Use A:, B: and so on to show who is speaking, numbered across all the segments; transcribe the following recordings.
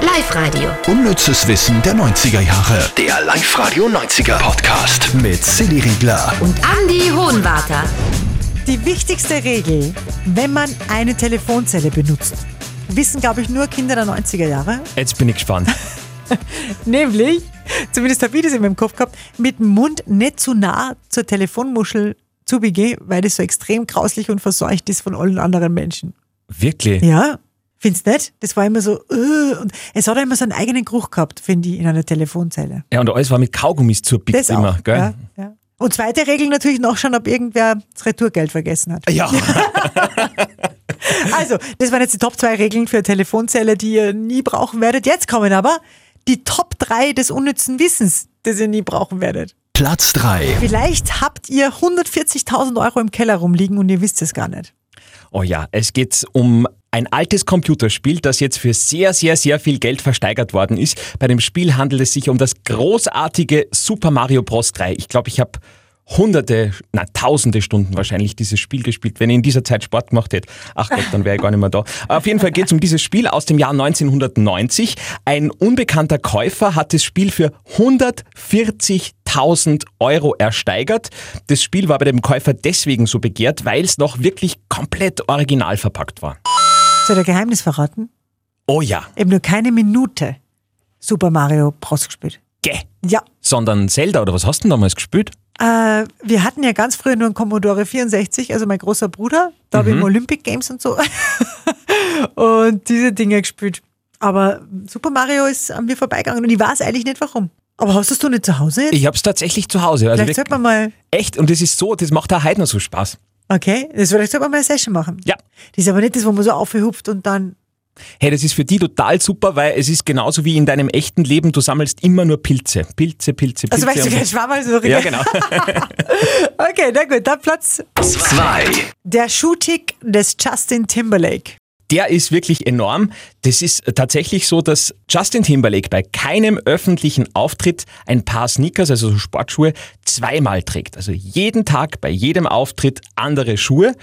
A: Live-Radio.
B: Unnützes Wissen der 90er Jahre.
C: Der Live-Radio 90er Podcast.
B: Mit Silly Riegler.
A: Und Andy Hohenwarter.
D: Die wichtigste Regel, wenn man eine Telefonzelle benutzt, wissen, glaube ich, nur Kinder der 90er Jahre,
E: Jetzt bin ich gespannt.
D: nämlich, zumindest habe ich das in meinem Kopf gehabt, mit dem Mund nicht zu nah zur Telefonmuschel zu begehen, weil das so extrem grauslich und verseucht ist von allen anderen Menschen.
E: Wirklich?
D: Ja, findest nicht? Das war immer so, äh, und es hat auch immer so einen eigenen Geruch gehabt, finde ich, in einer Telefonzelle.
E: Ja, und alles war mit Kaugummis zerpickt
D: Das auch.
E: immer, gell?
D: Ja, ja. Und zweite Regel natürlich noch schon, ob irgendwer das Retourgeld vergessen hat.
E: Ja.
D: Also, das waren jetzt die Top 2 Regeln für Telefonzelle, die ihr nie brauchen werdet. Jetzt kommen aber die Top 3 des unnützen Wissens, das ihr nie brauchen werdet.
B: Platz 3.
D: Vielleicht habt ihr 140.000 Euro im Keller rumliegen und ihr wisst es gar nicht.
E: Oh ja, es geht um ein altes Computerspiel, das jetzt für sehr, sehr, sehr viel Geld versteigert worden ist. Bei dem Spiel handelt es sich um das großartige Super Mario Bros. 3. Ich glaube, ich habe hunderte, na tausende Stunden wahrscheinlich dieses Spiel gespielt, wenn ich in dieser Zeit Sport gemacht hätte. Ach Gott, dann wäre ich gar nicht mehr da. Auf jeden Fall geht es um dieses Spiel aus dem Jahr 1990. Ein unbekannter Käufer hat das Spiel für 140 1000 Euro ersteigert. Das Spiel war bei dem Käufer deswegen so begehrt, weil es noch wirklich komplett original verpackt war.
D: Soll ich ein Geheimnis verraten?
E: Oh ja,
D: Eben nur keine Minute Super Mario Bros. gespielt.
E: geh.
D: Ja,
E: Sondern Zelda oder was hast du denn damals gespielt?
D: Äh, wir hatten ja ganz früher nur einen Commodore 64, also mein großer Bruder, da
E: Mhm.
D: habe ich im Olympic Games und so und diese Dinge gespielt. Aber Super Mario ist an mir vorbeigegangen und ich weiß eigentlich nicht warum. Aber hast du es du nicht zu Hause jetzt?
E: Ich hab's tatsächlich zu Hause. Also
D: Vielleicht sollte man
E: wirklich,
D: mal,
E: echt, und das ist so, das macht auch heute noch so Spaß.
D: okay, das vielleicht sollte man mal eine Session machen.
E: Ja.
D: Das ist aber nicht das, wo man so aufhupft und dann,
E: Hey, das ist für die total super, weil es ist genauso wie in deinem echten Leben, du sammelst immer nur Pilze. Pilze, Pilze, Pilze.
D: also weißt du,
E: und-
D: kein Schwammerl so
E: ja, genau.
D: Okay, na gut, dann Platz.
C: Zwei.
D: Der Schuhtick des Justin Timberlake.
E: der ist wirklich enorm. Das ist tatsächlich so, dass Justin Timberlake bei keinem öffentlichen Auftritt ein paar Sneakers, also so Sportschuhe, zweimal trägt. Also jeden Tag bei jedem Auftritt andere Schuhe.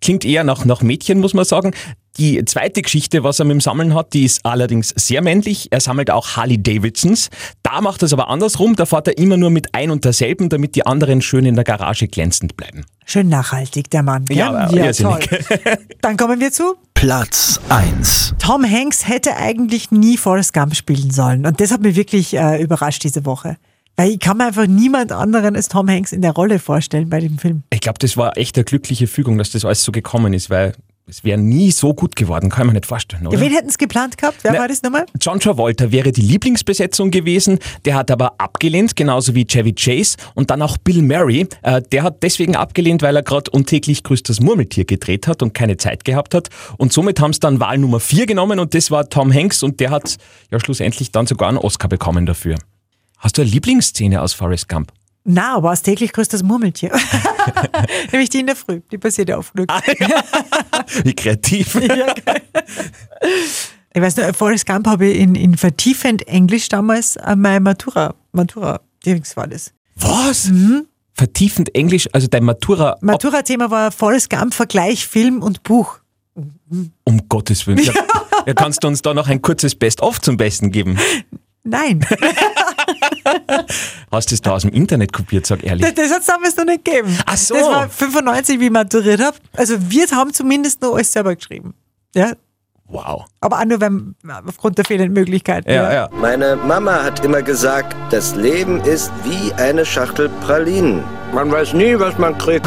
E: Klingt eher nach, nach Mädchen, muss man sagen. Die zweite Geschichte, was er mit dem Sammeln hat, die ist allerdings sehr männlich. Er sammelt auch Harley Davidsons. Da macht er es aber andersrum. Da fährt er immer nur mit ein und derselben, damit die anderen schön in der Garage glänzend bleiben.
D: Schön nachhaltig, der Mann. gell?
E: Ja,
D: ja toll.
E: irrsinnig.
D: Dann kommen wir zu
B: Platz 1.
D: Tom Hanks hätte eigentlich nie Forrest Gump spielen sollen. Und das hat mich wirklich äh, überrascht diese Woche. Weil ich kann mir einfach niemand anderen als Tom Hanks in der Rolle vorstellen bei dem Film.
E: Ich glaube, das war echt eine glückliche Fügung, dass das alles so gekommen ist, weil es wäre nie so gut geworden, kann man nicht vorstellen, oder?
D: Wen hätten es geplant gehabt? Wer
E: Na-
D: war das nochmal?
E: John Travolta wäre die Lieblingsbesetzung gewesen, der hat aber abgelehnt, genauso wie Chevy Chase und dann auch Bill Murray. Äh, der hat deswegen abgelehnt, weil er gerade untäglich grüßt das Murmeltier gedreht hat und keine Zeit gehabt hat. Und somit haben sie dann Wahl Nummer 4 genommen und das war Tom Hanks und der hat ja schlussendlich dann sogar einen Oscar bekommen dafür. Hast du eine Lieblingsszene aus Forrest Gump?
D: Na, aber aus täglich grüßt das Murmeltier. Nämlich die in der Früh. Die passiert ja oft genug.
E: Ah. Wie kreativ.
D: Ich weiß nur, Forrest Gump habe ich in, in vertiefend Englisch damals an meiner Matura, Matura, Dings war das.
E: Was? Vertiefend Englisch, also dein Matura,
D: Matura-Thema war Forrest Gump, Vergleich Film und Buch.
E: um Gottes Willen. Ja. Ja, kannst du uns da noch ein kurzes Best-of zum Besten geben?
D: Nein,
E: Hast du es da aus dem Internet kopiert, sag ehrlich.
D: das, das hat es damals noch nicht gegeben.
E: Ach so.
D: Das war 95, wie ich maturiert habe. Also wir haben zumindest nur alles selber geschrieben. Ja,
E: Wow.
D: aber auch nur wenn, aufgrund der fehlenden Möglichkeiten.
E: Ja, ja.
F: Meine Mama hat immer gesagt, das Leben ist wie eine Schachtel Pralinen. Man weiß nie, was man kriegt.